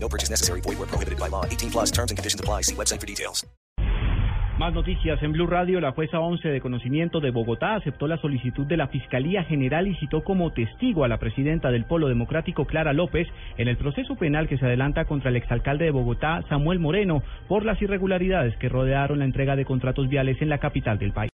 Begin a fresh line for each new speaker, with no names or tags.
No purchase necessary. Void where prohibited by law. 18 plus terms and conditions apply. See website for details.
Más noticias en Blue Radio. La jueza 11 de conocimiento de Bogotá aceptó la solicitud de la Fiscalía General y citó como testigo a la presidenta del Polo Democrático, Clara López, en el proceso penal que se adelanta contra el exalcalde de Bogotá, Samuel Moreno, por las irregularidades que rodearon la entrega de contratos viales en la capital del país.